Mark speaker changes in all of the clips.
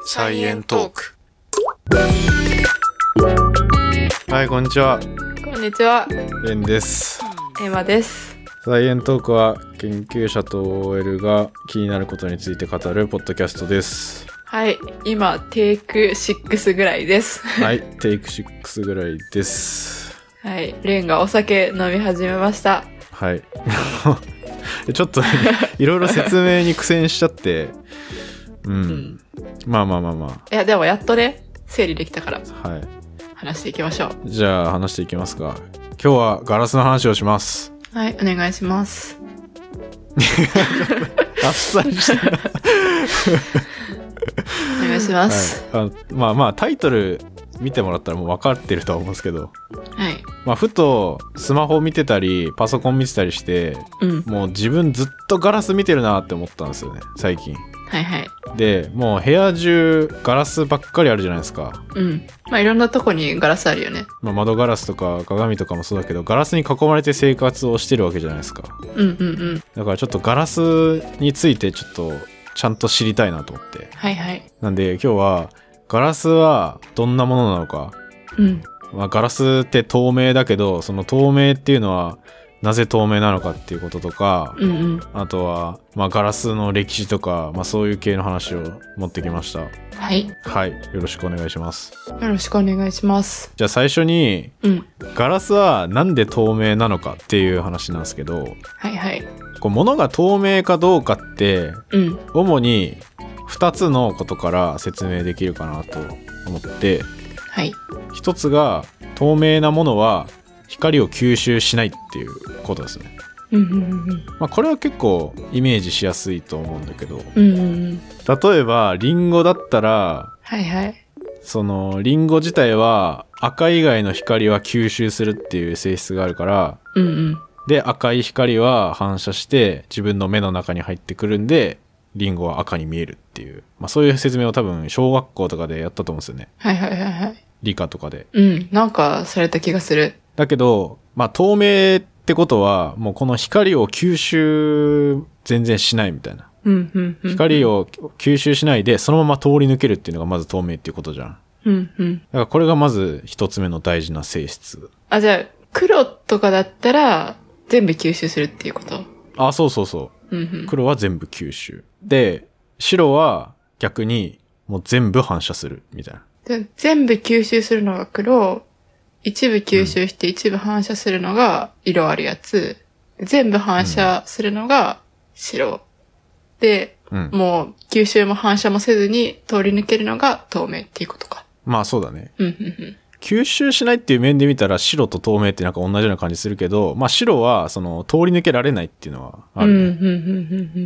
Speaker 1: サイエントーク。
Speaker 2: はい、こんにちは。
Speaker 1: こんにちは、
Speaker 2: レンです。
Speaker 1: エマです。
Speaker 2: サイエントークは研究者と OL が気になることについて語るポッドキャストです。
Speaker 1: はい、今、テイク6ぐらいです。
Speaker 2: はい、テイク6ぐらいです。
Speaker 1: はい、レンがお酒飲み始めました。
Speaker 2: はい。 ちょ っといろいろ説明に苦戦しちゃって、
Speaker 1: う
Speaker 2: う
Speaker 1: んん。。
Speaker 2: まあまあまあま
Speaker 1: いや、でもやっとね、整理できたから
Speaker 2: あ。はい。
Speaker 1: 話していきましょう。
Speaker 2: じゃあ話していきますか。今日はガラスの話をします。
Speaker 1: はい、お願いします。
Speaker 2: あっさりしてる
Speaker 1: お願いします。
Speaker 2: はい、あまあまあタイトル見てもらったらもう分かってるとは思うんですけど、
Speaker 1: はい。
Speaker 2: まあ、ふとスマホ見てたりパソコン見てたりして
Speaker 1: うん。
Speaker 2: もう自分ずっとガラス見てるなって思ったんですよね最近
Speaker 1: はいはい。
Speaker 2: でもう部屋中ガラスばっかりあるじゃないですか、
Speaker 1: うん。まあ、いろんなとこにガラスあるよね。
Speaker 2: まあ、窓ガラスとか鏡とかもそうだけどガラスに囲まれて生活をしてるわけじゃないですか
Speaker 1: うんうんうん。
Speaker 2: だからちょっとガラスについてちょっとちゃんと知りたいなと思って
Speaker 1: はいはい。
Speaker 2: なんで今日はガラスはどんなものなのか
Speaker 1: うん。
Speaker 2: まあ、ガラスって透明だけどその透明っていうのはなぜ透明なのかっていうこととか、
Speaker 1: うんうん。
Speaker 2: あとは、まあ、ガラスの歴史とか、まあ、そういう系の話を持ってきました
Speaker 1: はい。よ
Speaker 2: はいよろしくお願いします
Speaker 1: ろしくお願いします。
Speaker 2: じゃあ最初に
Speaker 1: うん。
Speaker 2: ガラスはなんで透明なのかっていう話なんですけど
Speaker 1: はいはい。
Speaker 2: こう物が透明かどうかって
Speaker 1: うん。
Speaker 2: 主に2つのことから説明できるかなと思って
Speaker 1: はい。
Speaker 2: 1つが透明なものは光を吸収しないっていうことですね
Speaker 1: うんうんうん
Speaker 2: まあ、これは結構イメージしやすいと思うんだけど
Speaker 1: うん。うんうんうん。
Speaker 2: 例えばリンゴだったら
Speaker 1: はいはい。
Speaker 2: そのリンゴ自体は赤以外の光は吸収するっていう性質があるから
Speaker 1: うんうん。
Speaker 2: で赤い光は反射して自分の目の中に入ってくるんでリンゴは赤に見えるっていう、まあ、そういう説明を多分小学校とかでやったと思うんですよね
Speaker 1: はいはいはいはい。
Speaker 2: 理科とかで
Speaker 1: うん。なんか、された気がする。
Speaker 2: だけど、まあ、透明ってことはもうこの光を吸収全然しないみたいな
Speaker 1: うんうんうん。
Speaker 2: 光を吸収しないでそのまま通り抜けるっていうのがまず透明っていうことじゃん。だ
Speaker 1: うんうん。
Speaker 2: からこれがまず一つ目の大事な性質。
Speaker 1: あ、じゃあ、黒とかだったら、全部吸収するっていうこと。
Speaker 2: あ、そうそうそ
Speaker 1: うんう
Speaker 2: う。
Speaker 1: ん。
Speaker 2: 黒は全部吸収。で、白は逆にもう全部反射するみたいな。
Speaker 1: で全部吸収するのが黒、一部吸収して一部反射するのが色あるやつ、全部反射するのが白。で、
Speaker 2: うん。
Speaker 1: もう吸収も反射もせずに通り抜けるのが透明っていうことか。
Speaker 2: まあそうだね。
Speaker 1: うんうん
Speaker 2: 吸収しないっていう面で見たら白と透明ってなんか同じような感じするけど、まあ白はその通り抜けられないっていうのは
Speaker 1: うん。
Speaker 2: あるね。
Speaker 1: うんうんうんうんう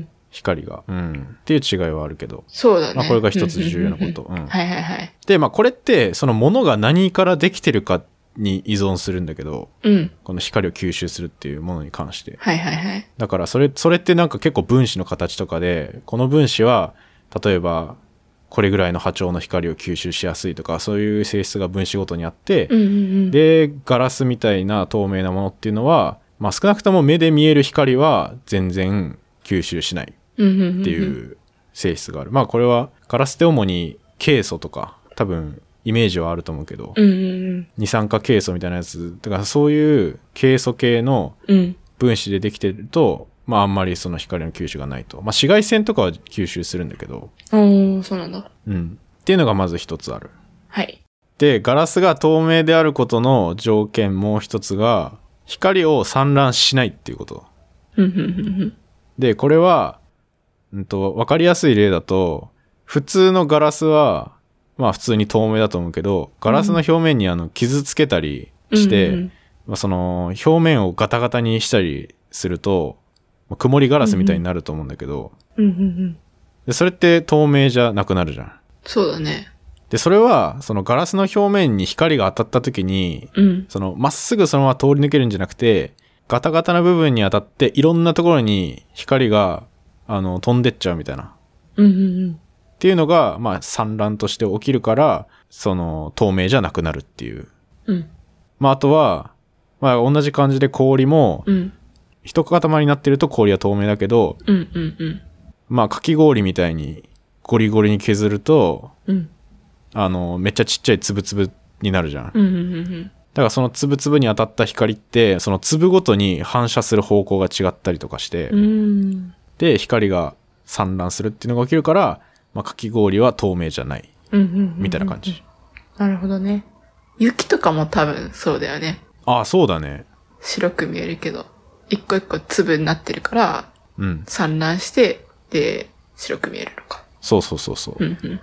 Speaker 1: ん。
Speaker 2: 光が。うん。っていう違いはあるけど。
Speaker 1: そうだね。
Speaker 2: まあこれが一つ重要なこと
Speaker 1: うんうんうん
Speaker 2: うん
Speaker 1: はいはいはい。
Speaker 2: で、まあこれってそのものが何からできてるかに依存するんだけど、
Speaker 1: うん。
Speaker 2: この光を吸収するっていうものに関して。
Speaker 1: はいはいはい。
Speaker 2: だからそれ、それってなんか結構分子の形とかで、この分子は、例えば、これぐらいの波長の光を吸収しやすいとか、そういう性質が分子ごとにあって、
Speaker 1: うんうんうん。
Speaker 2: で、ガラスみたいな透明なものっていうのは、まあ少なくとも目で見える光は全然吸収しない
Speaker 1: うんうんんん
Speaker 2: っていう性質がある。まあこれはガラスって主にケイ素とか、多分イメージはあると思うけど、
Speaker 1: うんうん
Speaker 2: 二酸化ケイ素みたいなやつ、だからそういうケイ素系の
Speaker 1: うん。うん。
Speaker 2: 分子でできてると、まああんまりその光の吸収がないと。まあ紫外線とかは吸収するんだけど、
Speaker 1: おー、そうなんだ。
Speaker 2: うん。っていうのがまず一つある。
Speaker 1: はい。
Speaker 2: で、ガラスが透明であることの条件もう一つが、光を散乱しないっていうこと。
Speaker 1: うんうんうん
Speaker 2: で、これは、うんと、わかりやすい例だと、普通のガラスは、まあ普通に透明だと思うけど、ガラスの表面にあの傷つけたり
Speaker 1: うん。
Speaker 2: して、
Speaker 1: うんうんうん
Speaker 2: まあ、その表面をガタガタにしたりすると、まあ曇りガラスみたいになると思うんだけど、
Speaker 1: うんうんうん。
Speaker 2: でそれって透明じゃなくなるじゃん。
Speaker 1: そうだね。
Speaker 2: で、それはそのガラスの表面に光が当たった時に、
Speaker 1: うん。
Speaker 2: そのまっすぐそのまま通り抜けるんじゃなくて、ガタガタな部分に当たっていろんなところに光があの飛んでっちゃうみたいな。
Speaker 1: うんうん
Speaker 2: っていうのが、まあ散乱として起きるから、その透明じゃなくなるっていう。
Speaker 1: うん。うん。
Speaker 2: まああとは、まあ同じ感じで氷も
Speaker 1: うん。
Speaker 2: 一塊になってると氷は透明だけど、
Speaker 1: うんうんうん。
Speaker 2: まあかき氷みたいにゴリゴリに削ると、
Speaker 1: うん。
Speaker 2: あの、めっちゃちっちゃい粒々になるじゃん。だ
Speaker 1: うんうんうんうん。
Speaker 2: からその粒々に当たった光って、その粒ごとに反射する方向が違ったりとかして、
Speaker 1: うん。
Speaker 2: で、光が散乱するっていうのが起きるから、まあ、かき氷は透明じゃない、
Speaker 1: うんうんうん。
Speaker 2: みたいな感じ。。
Speaker 1: なるほどね。雪とかも多分そうだよね。
Speaker 2: ああ、そうだね。
Speaker 1: 白く見えるけど、一個一個粒になってるから、
Speaker 2: うん。
Speaker 1: 散乱して、で、白く見えるのか。
Speaker 2: そうそうそうそう。
Speaker 1: うんうん。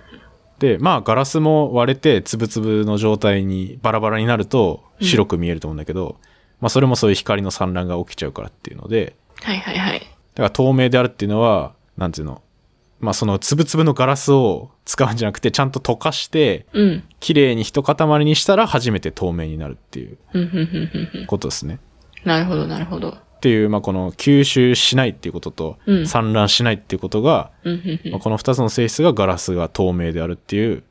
Speaker 2: で、まあ、ガラスも割れて、つぶつぶの状態にバラバラになると
Speaker 1: うん
Speaker 2: 白く見えると思うんだけど、まあ、それもそういう光の散乱が起きちゃうからっていうので、
Speaker 1: はいはいはい。
Speaker 2: だから透明であるっていうのは、なんていうの、まあ、そのつぶつぶのガラスを使うんじゃなくて、ちゃんと溶かして、
Speaker 1: うん。
Speaker 2: 綺麗に一塊にしたら初めて透明になるっていう
Speaker 1: うんうんうんうんうん。
Speaker 2: ことですね。
Speaker 1: なるほどなるほど。
Speaker 2: っていう、まあ、この吸収しないっていうことと
Speaker 1: うん
Speaker 2: 散乱しないっていうことが、
Speaker 1: うんうんう
Speaker 2: まあ
Speaker 1: ん。
Speaker 2: この2つの性質がガラスが透明であるっていう、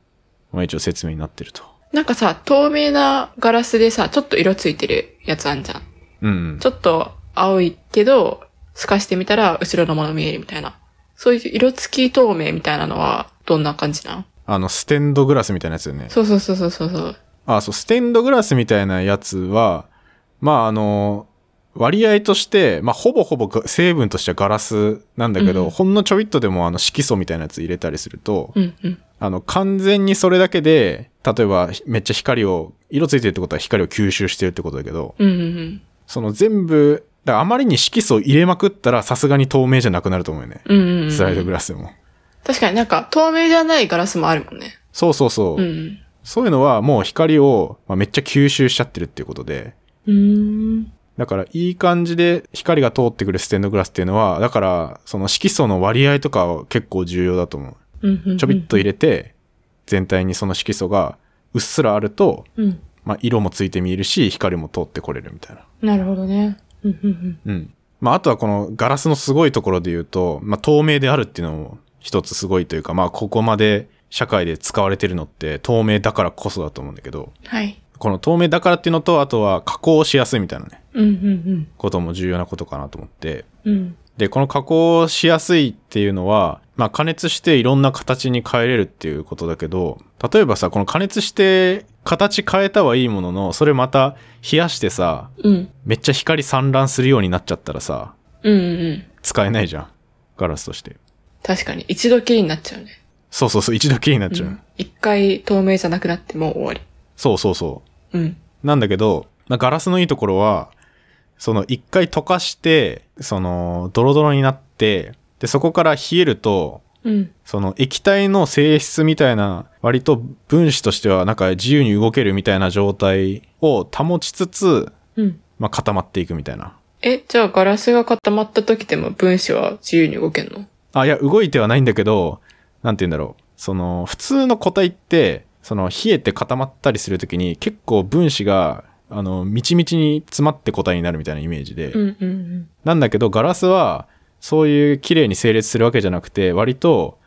Speaker 2: まあ、一応説明になってると。
Speaker 1: なんかさ、透明なガラスでさ、ちょっと色ついてるやつあんじゃん。
Speaker 2: うんうん、
Speaker 1: ちょっと青いけど、透かしてみたら後ろのもの見えるみたいな。そういう色付き透明みたいなのはどんな感じなん
Speaker 2: あの、ステンドグラスみたいなやつよね。
Speaker 1: そうそうそうそうそうそう。
Speaker 2: あ、そう、ステンドグラスみたいなやつは、まあ、あの、割合として、まあ、ほぼほぼが成分としてはガラスなんだけど、
Speaker 1: うん
Speaker 2: ほんのちょびっとでもあの色素みたいなやつ入れたりすると、
Speaker 1: うんうん。
Speaker 2: あの、完全にそれだけで、例えばめっちゃ光を、色ついてるってことは光を吸収してるってことだけど、
Speaker 1: うんうんうん。
Speaker 2: その全部、だからあまりに色素を入れまくったらさすがに透明じゃなくなると思うよね。
Speaker 1: うんうんうん、
Speaker 2: スライドグラスでも。
Speaker 1: 確かになんか透明じゃないガラスもあるもんね。
Speaker 2: そうそうそう。
Speaker 1: うん。
Speaker 2: そういうのはもう光を、まあ、めっちゃ吸収しちゃってるっていうことで、
Speaker 1: うーん。
Speaker 2: だからいい感じで光が通ってくるステンドグラスっていうのは、だからその色素の割合とかは結構重要だと思
Speaker 1: うんうんう
Speaker 2: う。
Speaker 1: ん
Speaker 2: ちょびっと入れて、全体にその色素がうっすらあると、
Speaker 1: うん。
Speaker 2: まあ、色もついて見えるし、光も通ってこれるみたいな。
Speaker 1: なるほどね。うんうんうん。
Speaker 2: うん。まあ、あとはこのガラスのすごいところで言うと、まあ、透明であるっていうのも一つすごいというか、まあ、ここまで社会で使われてるのって透明だからこそだと思うんだけど、
Speaker 1: はい。
Speaker 2: この透明だからっていうのと、あとは加工しやすいみたいなね、
Speaker 1: うんうん
Speaker 2: ことも重要なことかなと思って。
Speaker 1: うん。うん。
Speaker 2: で、この加工しやすいっていうのは、まあ加熱していろんな形に変えれるっていうことだけど、例えばさ、この加熱して形変えたはいいものの、それまた冷やしてさ、
Speaker 1: うん。
Speaker 2: めっちゃ光散乱するようになっちゃったらさ、
Speaker 1: うんうん。
Speaker 2: 使えないじゃん。ガラスとして。
Speaker 1: 確かに。一度きりになっちゃうね。
Speaker 2: そうそうそう、一度きりになっちゃう。
Speaker 1: うん一回透明じゃなくなってもう終わり。
Speaker 2: そうそうそ
Speaker 1: うん。
Speaker 2: う。なんだけど、まあ、ガラスのいいところは、その一回溶かして、その、ドロドロになって、で、そこから冷えると、
Speaker 1: うん。
Speaker 2: その液体の性質みたいな、割と分子としてはなんか自由に動けるみたいな状態を保ちつつ、
Speaker 1: うん。
Speaker 2: まあ、固まっていくみたいな。
Speaker 1: え、じゃあガラスが固まった時でも分子は自由に動けんの
Speaker 2: あ、いや、動いてはないんだけど、なんて言うんだろう。その、普通の個体って、その、冷えて固まったりするときに、結構分子が、あの、みちみちに詰まって個体になるみたいなイメージで。
Speaker 1: んうん
Speaker 2: なんだけど、ガラスは、そういう綺麗に整列するわけじゃなくて、割と、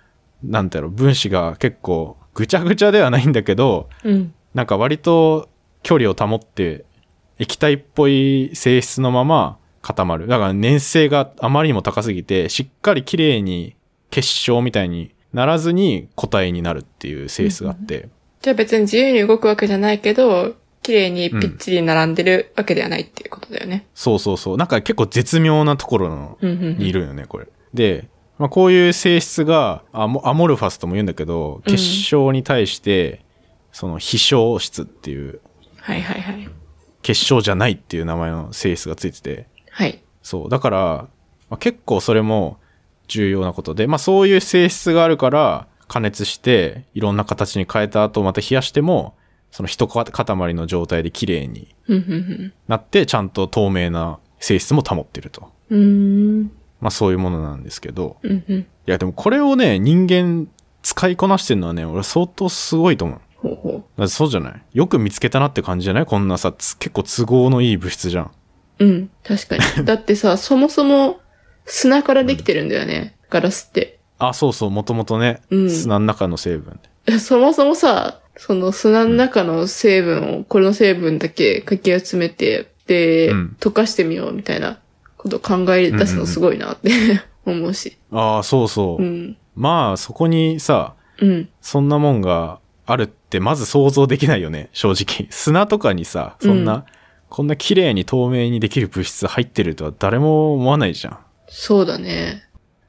Speaker 2: なんて言うんだろう、分子が結構、ぐちゃぐちゃではないんだけど、
Speaker 1: うん。うん。
Speaker 2: なんか割と距離を保って液体っぽい性質のまま固まる。だから粘性があまりにも高すぎて、しっかり綺麗に結晶みたいにならずに固体になるっていう性質があって。
Speaker 1: じゃあ別に自由に動くわけじゃないけど、綺麗にぴっちり並んでるわけではないっていうことだよね。
Speaker 2: そうそうそう。なんか結構絶妙なところの
Speaker 1: うんうんうん。
Speaker 2: にいるよね、これ。で、まあ、こういう性質がアモアモルファスとも言うんだけど、
Speaker 1: うん
Speaker 2: 結晶に対して、その飛翔質っていう、
Speaker 1: はいはいはい。
Speaker 2: 結晶じゃないっていう名前の性質がついてて、
Speaker 1: はい。
Speaker 2: そう。だから、まあ結構それも重要なことで、まあそういう性質があるから、加熱して、いろんな形に変えた後、また冷やしても、その一塊の状態で綺麗に
Speaker 1: うんうん
Speaker 2: なって、ちゃんと透明な性質も保ってると。
Speaker 1: うん。うーん。
Speaker 2: まあそういうものなんですけど。
Speaker 1: うんうん。
Speaker 2: いやでもこれをね、人間使いこなしてるのはね、俺相当すごいと思う。
Speaker 1: ほうほう。
Speaker 2: だってそうじゃないよく見つけたなって感じじゃないこんなさ、つ結構都合のいい物質じゃん。
Speaker 1: うん、確か に。だってさ、そもそも砂からできてるんだよね、ガラスって。
Speaker 2: あ、そうそう、もともとね、
Speaker 1: うん
Speaker 2: 砂の中の成分。
Speaker 1: そもそもさ、その砂の中の成分を、これの成分だけかき集めて、で、
Speaker 2: うん
Speaker 1: 溶かしてみようみたいなことを考え出すのすごいなって 思うし。
Speaker 2: ああ、そうそうう。
Speaker 1: ん。
Speaker 2: まあそこにさ
Speaker 1: うん。
Speaker 2: そんなもんがあるってまず想像できないよね正直砂とかにさそんな、
Speaker 1: うん
Speaker 2: こんな綺麗に透明にできる物質入ってるとは誰も思わないじゃん
Speaker 1: そうだね。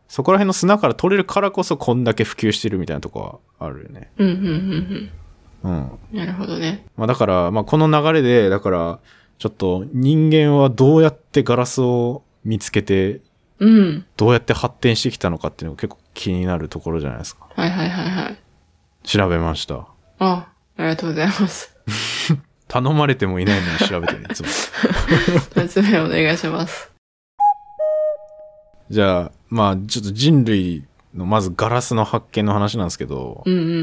Speaker 2: そこら辺の砂から取れるからこそこんだけ普及してるみたいなとこはあるよね
Speaker 1: うん、うん、うん、
Speaker 2: う
Speaker 1: う
Speaker 2: ん
Speaker 1: ん。なるほどね。
Speaker 2: まあだから、まあこの流れで、だから、ちょっと人間はどうやってガラスを見つけて、
Speaker 1: うん。
Speaker 2: どうやって発展してきたのかっていうのが結構気になるところじゃないですか。
Speaker 1: はいはいはいはい。
Speaker 2: 調べました。
Speaker 1: あ、ありがとうございます。
Speaker 2: 頼まれてもいないのに調べてる、いつも。
Speaker 1: 説明お願いします。
Speaker 2: じゃあ、まあちょっと人類のまずガラスの発見の話なんですけど
Speaker 1: う、ん、うん、う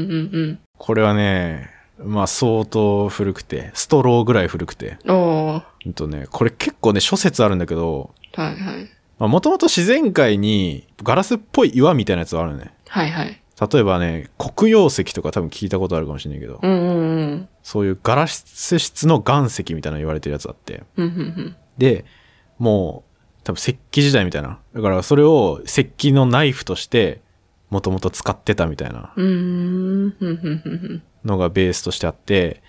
Speaker 1: ん、
Speaker 2: これはね、まあ相当古くて、ストローぐらい古くて、
Speaker 1: うん。おー。
Speaker 2: うんとね、これ結構ね、諸説あるんだけど、
Speaker 1: はいはい。
Speaker 2: まあもともと自然界にガラスっぽい岩みたいなやつがあるのね。
Speaker 1: はいはい。
Speaker 2: 例えばね黒曜石とか多分聞いたことあるかもしれないけど、
Speaker 1: うん、うん、うん。
Speaker 2: そういうガラス質の岩石みたいなの言われてるやつあって
Speaker 1: うん、うん、
Speaker 2: でもう多分石器時代みたいなだからそれを石器のナイフとしてもともと使ってたみたいな
Speaker 1: うん。うん、うん、うん、うん。
Speaker 2: のがベースとしてあって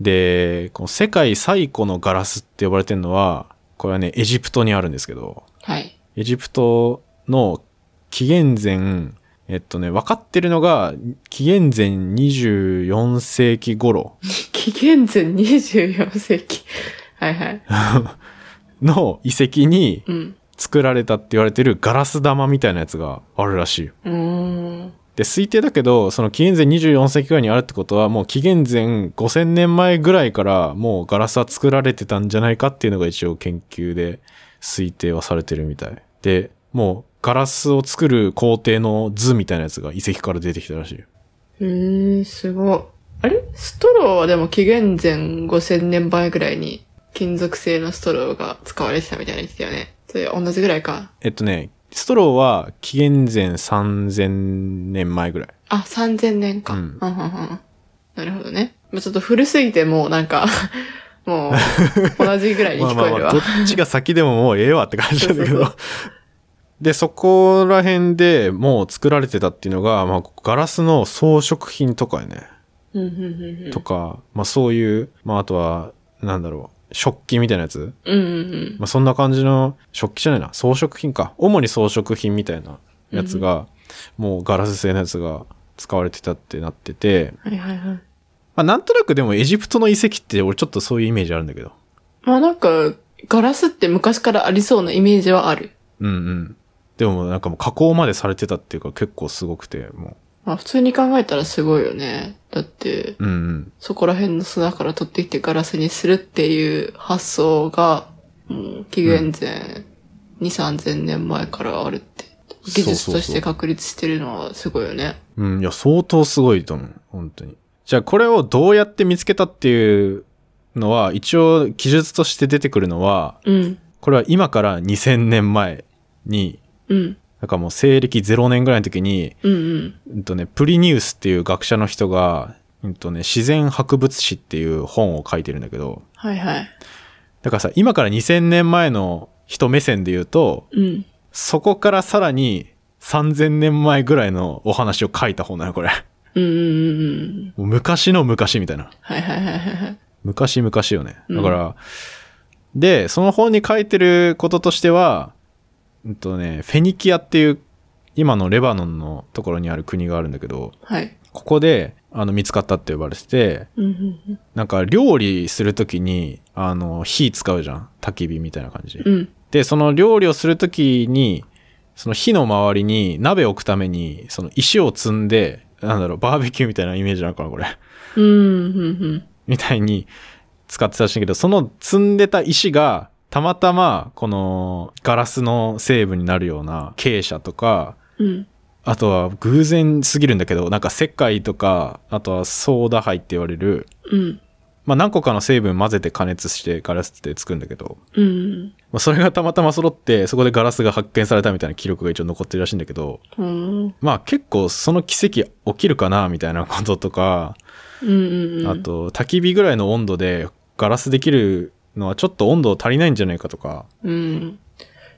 Speaker 2: でこの世界最古のガラスって呼ばれてるのはこれはねエジプトにあるんですけど
Speaker 1: はい。
Speaker 2: エジプトの紀元前、えっとね、分かってるのが、紀元前24世紀頃
Speaker 1: 紀元前24世紀。 はいはい。
Speaker 2: の遺跡に
Speaker 1: うん。
Speaker 2: 作られたって言われてるガラス玉みたいなやつがあるらしいよ。
Speaker 1: うーん。
Speaker 2: で、推定だけど、その紀元前24世紀ぐらいにあるってことは、もう紀元前5000年前ぐらいから、もうガラスは作られてたんじゃないかっていうのが一応研究で推定はされてるみたい。で、もうガラスを作る工程の図みたいなやつが遺跡から出てきたらしいよ。
Speaker 1: えー、すごい。あれストローはでも紀元前5000年前ぐらいに金属製のストローが使われてたみたいに言ってたよね。それ同じぐらいか。
Speaker 2: えっとね、ストローは紀元前3000年前ぐらい。
Speaker 1: あ、3000年か。
Speaker 2: う
Speaker 1: うんん、うん、うん。なるほどね。まあ、ちょっと古すぎてもうなんか、 もう、同じぐらいに
Speaker 2: まあ
Speaker 1: 聞
Speaker 2: ま
Speaker 1: こ
Speaker 2: あ
Speaker 1: え
Speaker 2: ま
Speaker 1: る
Speaker 2: あ、
Speaker 1: わ
Speaker 2: どっ。ちが先でももうええわって感じなんだけ
Speaker 1: そう
Speaker 2: ど
Speaker 1: そ。
Speaker 2: で、そこら辺でもう作られてたっていうのが、まあ、ガラスの装飾品とかね、
Speaker 1: うん、うん、うんうん。
Speaker 2: とか、まあそういう、まああとは、なんだろう、食器みたいなやつ、
Speaker 1: うん、うん、うん。
Speaker 2: まあそんな感じの、食器じゃないな、装飾品か。主に装飾品みたいなやつが、もうガラス製のやつが使われてたってなってて、
Speaker 1: はいはいはい。
Speaker 2: まあ、なんとなくでもエジプトの遺跡って俺ちょっとそういうイメージあるんだけど。
Speaker 1: まあなんか、ガラスって昔からありそうなイメージはある。
Speaker 2: うんうん。でもなんかもう加工までされてたっていうか結構すごくて、も
Speaker 1: まあ普通に考えたらすごいよね。だって、
Speaker 2: う。うんうん。
Speaker 1: そこら辺の砂から取ってきてガラスにするっていう発想が、もう紀元前2、3000年前からあるって。技術として確立してるのはすごいよね。
Speaker 2: うん、いや相当すごいと思う。本当に。じゃあこれをどうやって見つけたっていうのは、一応記述として出てくるのは、
Speaker 1: うん。
Speaker 2: これは今から2000年前に、
Speaker 1: うん。
Speaker 2: なんかもう西暦0年ぐらいの時に、
Speaker 1: うんうん。
Speaker 2: うんとね、プリニウスっていう学者の人が、うんとね、自然博物史っていう本を書いてるんだけど、
Speaker 1: はいはい。
Speaker 2: だからさ、今から2000年前の人目線で言うと、
Speaker 1: うん。
Speaker 2: そこからさらに3000年前ぐらいのお話を書いた本なの、これ。
Speaker 1: うんうんうんうん。
Speaker 2: もう昔の昔みたいな。
Speaker 1: はいはいはいはいはい。
Speaker 2: 昔々よね。だから、で、その本に書いてることとしては、うんとね、フェニキアっていう、今のレバノンのところにある国があるんだけど、
Speaker 1: はい。
Speaker 2: ここで、あの、見つかったって呼ばれてて、
Speaker 1: うんうん
Speaker 2: なんか料理するときに、あの、火使うじゃん。焚き火みたいな感じ。
Speaker 1: うん。うん。
Speaker 2: で、その料理をするときに、その火の周りに鍋を置くために、その石を積んで、なんだろう、バーベキューみたいなイメージなのかな、これ。
Speaker 1: うんうんうん。
Speaker 2: みたいに使ってたらしいんだけど、その積んでた石が、たまたま、このガラスの成分になるような傾斜とか、
Speaker 1: うん。
Speaker 2: あとは偶然すぎるんだけど、なんか石灰とか、あとはソーダ灰って言われる、
Speaker 1: うん。
Speaker 2: まあ何個かの成分混ぜて加熱してガラスって作るんだけど、
Speaker 1: うん。
Speaker 2: まあ、それがたまたま揃って、そこでガラスが発見されたみたいな記録が一応残ってるらしいんだけど、
Speaker 1: うん。
Speaker 2: まあ結構その奇跡起きるかなみたいなこととか、
Speaker 1: うん。
Speaker 2: あと焚き火ぐらいの温度でガラスできるのはちょっと温度足りないんじゃないかとか、
Speaker 1: うん。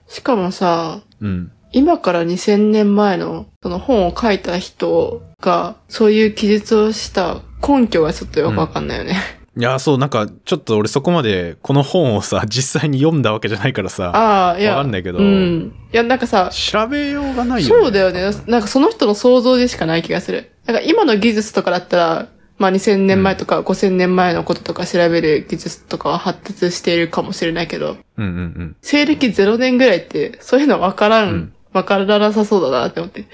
Speaker 1: しかもさ、
Speaker 2: うん。
Speaker 1: 今から2000年前のその本を書いた人がそういう記述をした根拠がちょっとよくわかんないよね。
Speaker 2: いや、そう、なんか、ちょっと俺そこまで、この本をさ、 実際に読んだわけじゃないからさ、
Speaker 1: ああ、いや。
Speaker 2: わかんないけど
Speaker 1: うん。いや、なんかさ、
Speaker 2: 調べようがないよね。
Speaker 1: そうだよね。なんかその人の想像でしかない気がする。なんか今の技術とかだったら、まあ2000年前とか5000年前のこととか調べる技術とかは発達しているかもしれないけど、
Speaker 2: うんうんうん。
Speaker 1: 西暦0年ぐらいって、そういうの分から
Speaker 2: うんん、
Speaker 1: 分からなさそうだなって思って。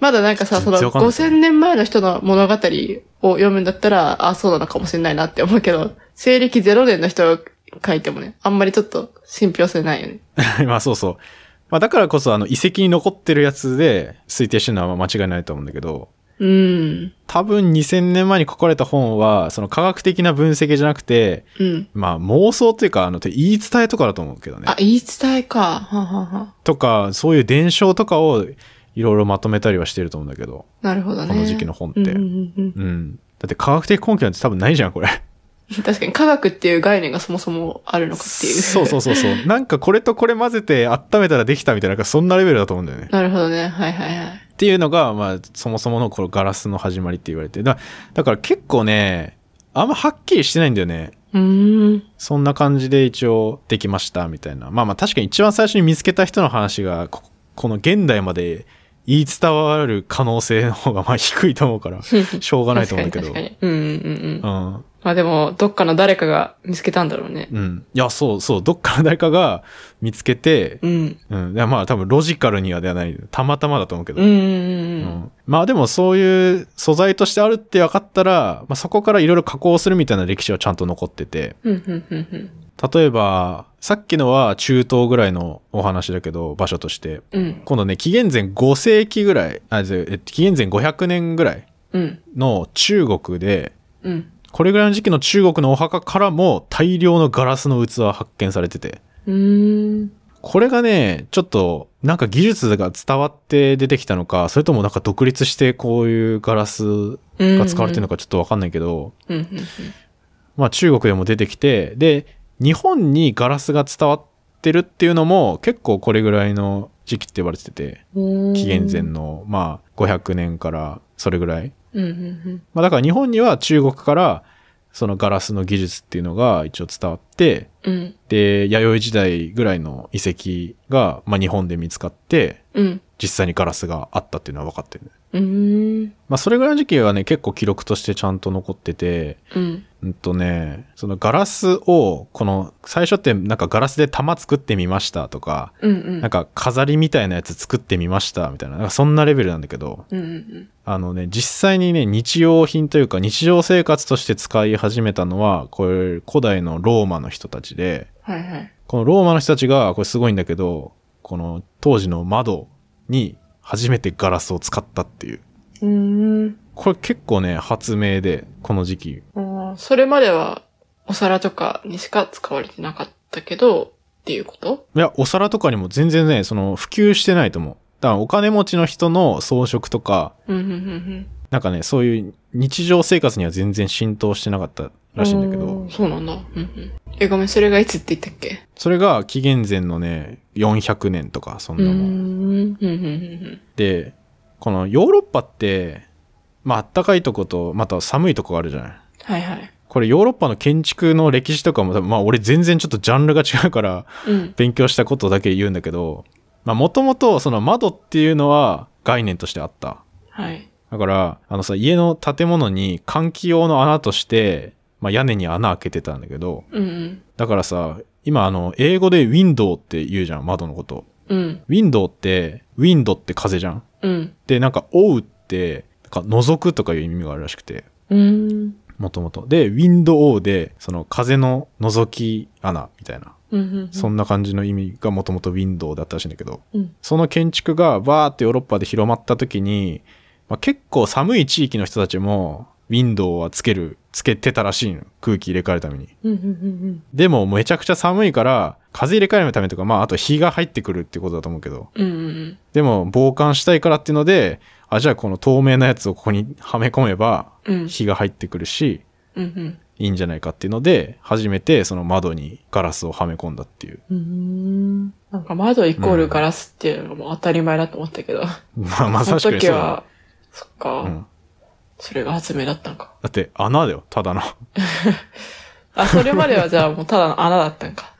Speaker 1: まだなんかさ、そ
Speaker 2: 全
Speaker 1: の
Speaker 2: 然わかんない
Speaker 1: 5000年前の人の物語を読むんだったら、あ、そうなのかもしれないなって思うけど、西暦0年の人が書いてもね、あんまりちょっと信憑性ないよね。
Speaker 2: まあそうそう。まあだからこそ、あの、遺跡に残ってるやつで推定してるのは間違いないと思うんだけど、
Speaker 1: うん。
Speaker 2: 多分2000年前に書かれた本は、その科学的な分析じゃなくて、
Speaker 1: うん。
Speaker 2: まあ妄想というか、あの、て言い伝えとかだと思うけどね
Speaker 1: あ。、言い伝えか。はんはんはん
Speaker 2: とか、そういう伝承とかをいろいろまとめたりはしてると思うんだけど、
Speaker 1: なるほどね。
Speaker 2: この時期の本って
Speaker 1: うんうんうん
Speaker 2: うん。だって科学的根拠なんて多分ないじゃん、これ。
Speaker 1: うん確かに科学っていう概念がそもそもあるのかっていう。
Speaker 2: そうそうそうそう。なんかこれとこれ混ぜて温めたらできたみたいな、なんかそんなレベルだと思うんだよ ね。
Speaker 1: なるほどね。はいはいはい。
Speaker 2: っていうのが、まあ、そもそものこのガラスの始まりって言われて。だだから結構ね、あんまはっきりしてないんだよね。
Speaker 1: うーん。
Speaker 2: そんな感じで一応できましたみたいな。まあまあ確かに一番最初に見つけた人の話が、ここの現代まで言い伝わる可能性の方がまあ低いと思 うから、しょうがないと思うんだけど。
Speaker 1: 確かに確かに。うんうんうん。
Speaker 2: うん。
Speaker 1: まあでも、どっかの誰かが見つけたんだろうね。
Speaker 2: うん。いや、そうそう。どっかの誰かが見つけて、
Speaker 1: うん。
Speaker 2: うん。いやまあ多分ロジカルにはではない。たまたまだと思うけど。
Speaker 1: うんうん
Speaker 2: う
Speaker 1: うん。
Speaker 2: んまあでもそういう素材としてあるって分かったら、まあ、そこからいろいろ加工するみたいな歴史はちゃんと残ってて
Speaker 1: うんうんうんうん。
Speaker 2: 例えばさっきのは中東ぐらいのお話だけど場所として
Speaker 1: うん。
Speaker 2: 今度ね紀元前5世紀ぐらいあじゃあえっと紀元前500年ぐらい
Speaker 1: うん。
Speaker 2: の中国で
Speaker 1: うん。
Speaker 2: これぐらいの時期の中国のお墓からも大量のガラスの器発見されてて
Speaker 1: うーん。
Speaker 2: これがね、ちょっと、なんか技術が伝わって出てきたのか、それともなんか独立してこういうガラスが使われてるのかちょっとわかんないけど、
Speaker 1: うんうん
Speaker 2: まあ中国でも出てきて、で、日本にガラスが伝わってるっていうのも結構これぐらいの時期って言われてて、
Speaker 1: うんうん。
Speaker 2: 紀元前の、まあ500年からそれぐらい。
Speaker 1: うんうん
Speaker 2: まあだから日本には中国からそのガラスの技術っていうのが一応伝わって、
Speaker 1: うん。うん。
Speaker 2: で、弥生時代ぐらいの遺跡が、まあ、日本で見つかって、
Speaker 1: うん。
Speaker 2: 実際にガラスがあったっていうのは分かってる、ね。
Speaker 1: うーん。
Speaker 2: まあ、それぐらいの時期はね、結構記録としてちゃんと残ってて、
Speaker 1: うん。
Speaker 2: うんとね、そのガラスを、この、最初ってなんかガラスで玉作ってみましたとか、
Speaker 1: うんうん。
Speaker 2: なんか飾りみたいなやつ作ってみましたみたいな、なんかそんなレベルなんだけど、
Speaker 1: うんうん
Speaker 2: あのね、実際にね、日用品というか日常生活として使い始めたのは、これ古代のローマの人たちで、
Speaker 1: うん。はいはい。
Speaker 2: このローマの人たちが、これすごいんだけど、この当時の窓に初めてガラスを使ったっていう。
Speaker 1: うーん。
Speaker 2: これ結構ね、発明で、この時期。
Speaker 1: あーそれまではお皿とかにしか使われてなかったけど、っていうこと
Speaker 2: いや、お皿とかにも全然ね、その普及してないと思う。だからお金持ちの人の装飾とか、
Speaker 1: うんうんうんうん。
Speaker 2: なんかね、そういう日常生活には全然浸透してなかったらしいんだけ
Speaker 1: う
Speaker 2: ど
Speaker 1: ー、そうなんだ。うんうん。え、ごめん、それがいつって言ったっけ
Speaker 2: それが紀元前のね、400年とか、そん
Speaker 1: うー。
Speaker 2: なんも。
Speaker 1: うんんうんうん
Speaker 2: で、このヨーロッパって、まあ、あったかいとこと、また寒いとこがあるじゃない。
Speaker 1: はいはい。
Speaker 2: これヨーロッパの建築の歴史とかも多分まあ俺全然ちょっとジャンルが違うから
Speaker 1: うん。
Speaker 2: 勉強したことだけ言うんだけど、まあもともとその窓っていうのは概念としてあった。
Speaker 1: はい。
Speaker 2: だから、あのさ、家の建物に換気用の穴として、まあ屋根に穴開けてたんだけど、
Speaker 1: うんうん。
Speaker 2: だからさ、今あの、英語でウィンドウって言うじゃん、窓のこと。
Speaker 1: うん。
Speaker 2: ウィンドウって、ウィンドって風じゃん。
Speaker 1: うん。
Speaker 2: で、なんか、オウって、なんか覗くとかいう意味があるらしくて。
Speaker 1: うーん。
Speaker 2: もともと。で、ウィンドウで、その風の覗き穴みたいな。
Speaker 1: うんうんうん。
Speaker 2: そんな感じの意味がもともとウィンドウだったらしいんだけど、
Speaker 1: うん
Speaker 2: その建築がバーってヨーロッパで広まった時に、まあ、結構寒い地域の人たちも、ウィンドウはつける、つけてたらしいの。空気入れ替えるために。
Speaker 1: うんうんうん
Speaker 2: でも、めちゃくちゃ寒いから、風入れ替えるためとか、まあ、あと日が入ってくるってことだと思うけど、
Speaker 1: うん。うんうん
Speaker 2: でも、防寒したいからっていうので、あ、じゃあこの透明なやつをここにはめ込めば、
Speaker 1: うん。うん
Speaker 2: 火が入ってくるし、
Speaker 1: うんうん。
Speaker 2: いいんじゃないかっていうので、初めてその窓にガラスをはめ込んだっていう。
Speaker 1: うーん。なんか窓イコールガラスっていうのも当たり前だと思ったけど、
Speaker 2: まあ、まさし
Speaker 1: そ
Speaker 2: く
Speaker 1: の
Speaker 2: に
Speaker 1: 時
Speaker 2: そうだ
Speaker 1: は、そっか、
Speaker 2: ね、うん。
Speaker 1: それが発明だったのか。
Speaker 2: だって穴だよ、た だの。
Speaker 1: あ、それまではじゃあもうただの穴だったんか。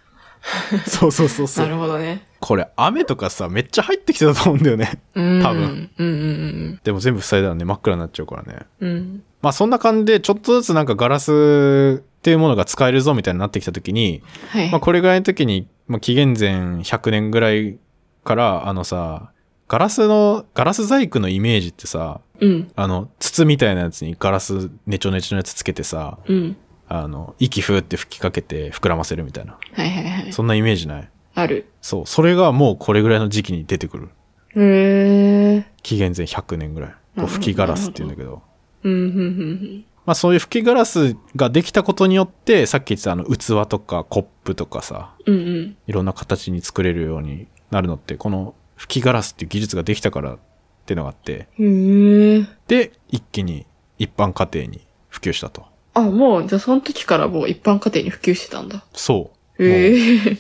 Speaker 2: そうそうそうそ
Speaker 1: な
Speaker 2: う。
Speaker 1: るほどね。
Speaker 2: これ雨とかさ、めっちゃ入ってきてたと思うんだよね。
Speaker 1: うん。
Speaker 2: 多分。
Speaker 1: うんうん
Speaker 2: でも全部塞いだらね、真っ暗になっちゃうからね。
Speaker 1: うんうん。うん。
Speaker 2: まあそんな感じで、ちょっとずつなんかガラスっていうものが使えるぞみたいになってきた時に、
Speaker 1: はい。
Speaker 2: まあこれぐらいの時に、まあ紀元前100年ぐらいから、あのさ、ガラスの、ガラス細工のイメージってさ、
Speaker 1: うん。
Speaker 2: あの、筒みたいなやつにガラスネチョネチョのやつつけてさ、
Speaker 1: うん。
Speaker 2: あの、息ふーって吹きかけて膨らませるみたいな。
Speaker 1: はいはいはい。
Speaker 2: そんなイメージない
Speaker 1: ある。
Speaker 2: そう。それがもうこれぐらいの時期に出てくる。
Speaker 1: へえ。
Speaker 2: 紀元前100年ぐらい。こ
Speaker 1: なるほど
Speaker 2: う吹きガラスって言うんだけど。
Speaker 1: うん、うん、うん
Speaker 2: まあそういう吹きガラスができたことによって、さっき言ってたあの器とかコップとかさ、
Speaker 1: うん。うん、うん。
Speaker 2: いろんな形に作れるようになるのって、この吹きガラスっていう技術ができたからってのがあって、
Speaker 1: へえ。
Speaker 2: で、一気に一般家庭に普及したと。
Speaker 1: あ、もう、じゃあその時からもう一般家庭に普及してたんだ。
Speaker 2: そう。もう
Speaker 1: へえ。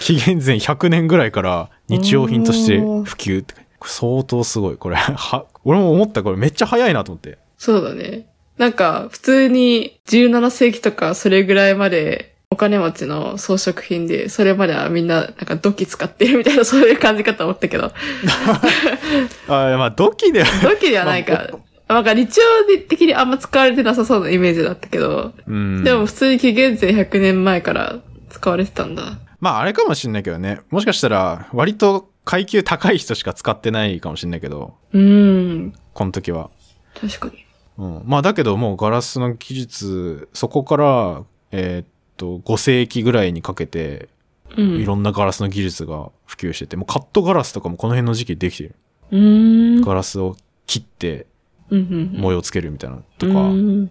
Speaker 2: 紀元前100年ぐらいから日用品として普及って。これ相当すごい。これ、は、俺も思った。これめっちゃ早いなと思って。
Speaker 1: そうだね。なんか、普通に17世紀とかそれぐらいまでお金持ちの装飾品で、それまではみんななんか土器使ってるみたいなそういう感じかと思った けど、
Speaker 2: ああ、まあ、土器では、
Speaker 1: 土器ではないか。なんか日常的にあんま使われてなさそうなイメージだったけど、
Speaker 2: うん。
Speaker 1: でも普通に紀元前100年前から使われてたんだ。
Speaker 2: まあ、あれかもしんないけどね。もしかしたら、割と階級高い人しか使ってないかもしんないけど、
Speaker 1: うーん、
Speaker 2: この時は。
Speaker 1: 確かに。
Speaker 2: うん。まあ、だけどもうガラスの技術、そこから、えーっと、5世紀ぐらいにかけて、
Speaker 1: う
Speaker 2: い
Speaker 1: ん。
Speaker 2: ろんなガラスの技術が普及してて、もうカットガラスとかもこの辺の時期できてる。
Speaker 1: うーん。
Speaker 2: ガラスを切って
Speaker 1: うんうん
Speaker 2: 模様つけるみたいなの
Speaker 1: う
Speaker 2: とか。
Speaker 1: ん。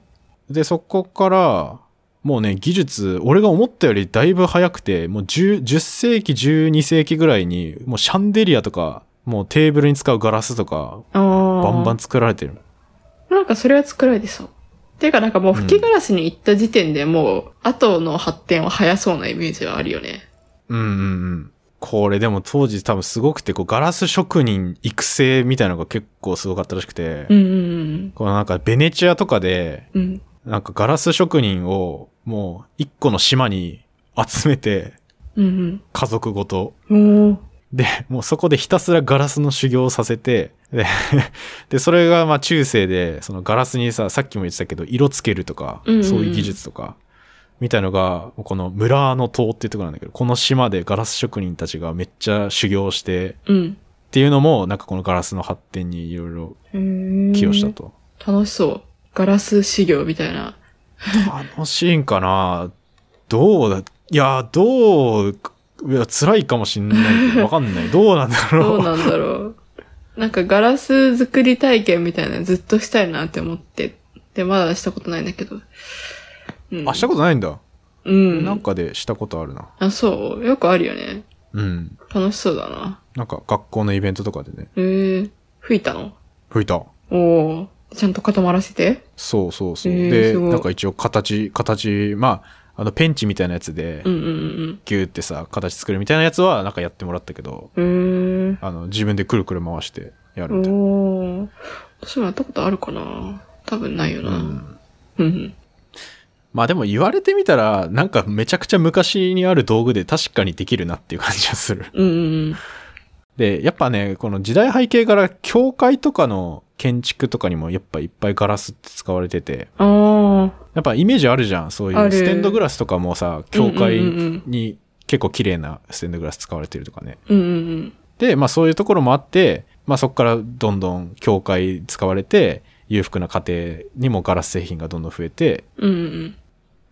Speaker 2: で、そこから、もうね、技術、俺が思ったよりだいぶ早くて、もう 10, 10世紀、12世紀ぐらいに、もうシャンデリアとか、もうテーブルに使うガラスとか、
Speaker 1: ああ。
Speaker 2: バンバン作られてる。
Speaker 1: なんかそれは作られてそう。ていうかなんかもう吹きガラスに行った時点でもう後の発展は早そうなイメージはあるよね。
Speaker 2: うんうんうん。これでも当時多分すごくて、こうガラス職人育成みたいなのが結構すごかったらしくて、
Speaker 1: うんうん
Speaker 2: このなんかベネチアとかで、
Speaker 1: うん。うん。
Speaker 2: なんかガラス職人をもう一個の島に集めて、
Speaker 1: うん
Speaker 2: 家族ごと
Speaker 1: うん。おー
Speaker 2: で、もうそこでひたすらガラスの修行をさせて、で、でそれがまあ中世で、そのガラスにさ、さっきも言ってたけど、色つけるとか、
Speaker 1: うんうんうん
Speaker 2: そういう技術とか、みたいのが、この村の島っていうところなんだけど、この島でガラス職人たちがめっちゃ修行して、
Speaker 1: うん。
Speaker 2: っていうのも、なんかこのガラスの発展にいろいろ
Speaker 1: へー
Speaker 2: 寄与したと。
Speaker 1: 楽しそう。ガラス修行みたい な。
Speaker 2: 楽しいんかなどうだ、いや、どう、いや、辛いかもしんないけど、わかんない。どうなんだろ
Speaker 1: ど
Speaker 2: う。
Speaker 1: うなんだろう。なんかガラス作り体験みたいなのずっとしたいなって思って。で、まだしたことないんだけど。うん。
Speaker 2: あ、したことないんだ。
Speaker 1: う
Speaker 2: なん
Speaker 1: ん。
Speaker 2: かでしたことあるな。
Speaker 1: あ、そう。よくあるよね。
Speaker 2: うん。
Speaker 1: 楽しそうだな。
Speaker 2: なんか学校のイベントとかでね、
Speaker 1: へえ。吹いたの
Speaker 2: 吹いた。
Speaker 1: おお。ちゃんと固まらせて
Speaker 2: そうそうそう。
Speaker 1: えー
Speaker 2: です
Speaker 1: ごい
Speaker 2: なんか一応形、形、まあ、あの、ペンチみたいなやつで
Speaker 1: う、んうん
Speaker 2: ギューってさ、形作るみたいなやつは、なんかやってもらったけど、
Speaker 1: うんうん。へ
Speaker 2: あの、自分でくるくる回してや
Speaker 1: え。
Speaker 2: るみたいな。
Speaker 1: おお。私もやったことあるかな多分ないよ
Speaker 2: う
Speaker 1: な。うん
Speaker 2: ん。
Speaker 1: うん。
Speaker 2: まあでも言われてみたら、なんかめちゃくちゃ昔にある道具で確かにできるなっていう感じがする。
Speaker 1: うんうん
Speaker 2: で、やっぱね、この時代背景から、教会とかの建築とかにもやっぱいっぱいガラスって使われてて、
Speaker 1: うん。ああ。
Speaker 2: やっぱイメージあるじゃん。そうい
Speaker 1: あ
Speaker 2: う
Speaker 1: る
Speaker 2: ステンドグラスとかもさ、教会
Speaker 1: うんうんうん
Speaker 2: に結構綺麗なステンドグラス使われてるとかね。
Speaker 1: うんうん
Speaker 2: で、まあそういうところもあって、まあそこからどんどん教会使われて、裕福な家庭にもガラス製品がどんどん増えて、
Speaker 1: うん。うんうん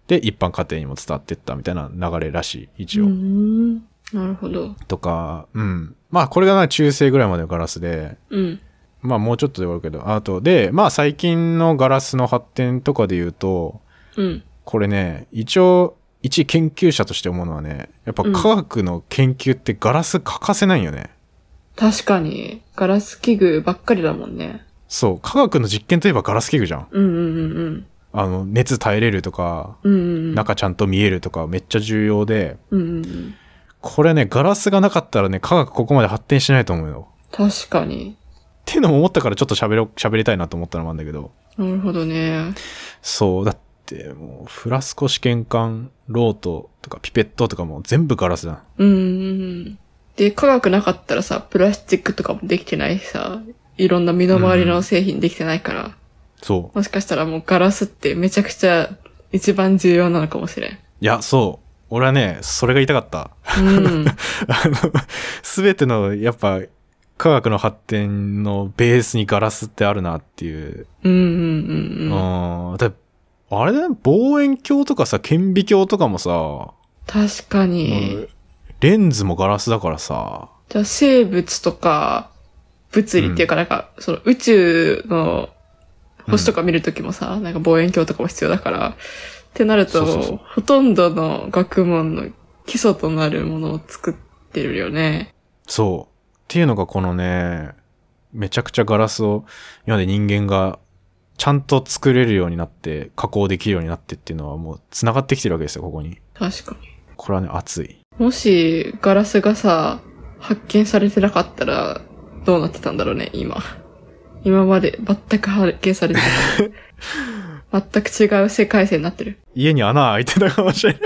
Speaker 2: で、一般家庭にも伝わってったみたいな流れらしい、一
Speaker 1: う
Speaker 2: 応。
Speaker 1: ん。なるほど。
Speaker 2: とか、うん。まあこれがな中世ぐらいまでのガラスで、
Speaker 1: うん。
Speaker 2: まあもうちょっとで終わるけど、あとで、まあ最近のガラスの発展とかで言うと、
Speaker 1: うん。
Speaker 2: これね、一応、一研究者として思うのはね、やっぱ科学の研究ってガラス欠かせないよね。
Speaker 1: 確かに、ガラス器具ばっかりだもんね。
Speaker 2: そう、科学の実験といえばガラス器具じゃん。
Speaker 1: うんうんうん
Speaker 2: あの、熱耐えれるとか、
Speaker 1: うんうん。
Speaker 2: 中ちゃんと見えるとかめっちゃ重要で、
Speaker 1: うんうんうん。
Speaker 2: これね、ガラスがなかったらね、科学ここまで発展しないと思うよ。
Speaker 1: 確かに。
Speaker 2: っていうのも思ったからちょっと喋ろ、喋りたいなと思ったのもあるんだけど。
Speaker 1: なるほどね。
Speaker 2: そう、だってもう、フラスコ試験管、ロートとかピペットとかも全部ガラスだ。
Speaker 1: うんうんうん。で、科学なかったらさ、プラスチックとかもできてないしさ、いろんな身の回りの製品できてないから、
Speaker 2: そう。
Speaker 1: もしかしたらもうガラスってめちゃくちゃ一番重要なのかもしれん。
Speaker 2: いや、そう。俺はね、それが言いたかった。
Speaker 1: うん。
Speaker 2: あの、 すべての、やっぱ、科学の発展のベースにガラスってあるなっていう。
Speaker 1: うんうん
Speaker 2: う
Speaker 1: うんうん。
Speaker 2: ん。だあれだね、望遠鏡とかさ、顕微鏡とかもさ、
Speaker 1: 確かに。
Speaker 2: レンズもガラスだからさ、
Speaker 1: じゃあ生物とか、物理っていうかなんか、その宇宙の星とか見るときもさ、なんか望遠鏡とかも必要だから、ってなると、
Speaker 2: そうそうそう
Speaker 1: ほとんどの学問の基礎となるものを作ってるよね。
Speaker 2: そう。っていうのがこのね、めちゃくちゃガラスを今まで人間がちゃんと作れるようになって、加工できるようになってっていうのはもう繋がってきてるわけですよ、ここに。
Speaker 1: 確かに。
Speaker 2: これはね、熱い。
Speaker 1: もし、ガラスがさ、発見されてなかったら、どうなってたんだろうね、今。今まで全く発見されてな かった。全く違う世界線になってる。
Speaker 2: 家に穴開いてたかもしれない。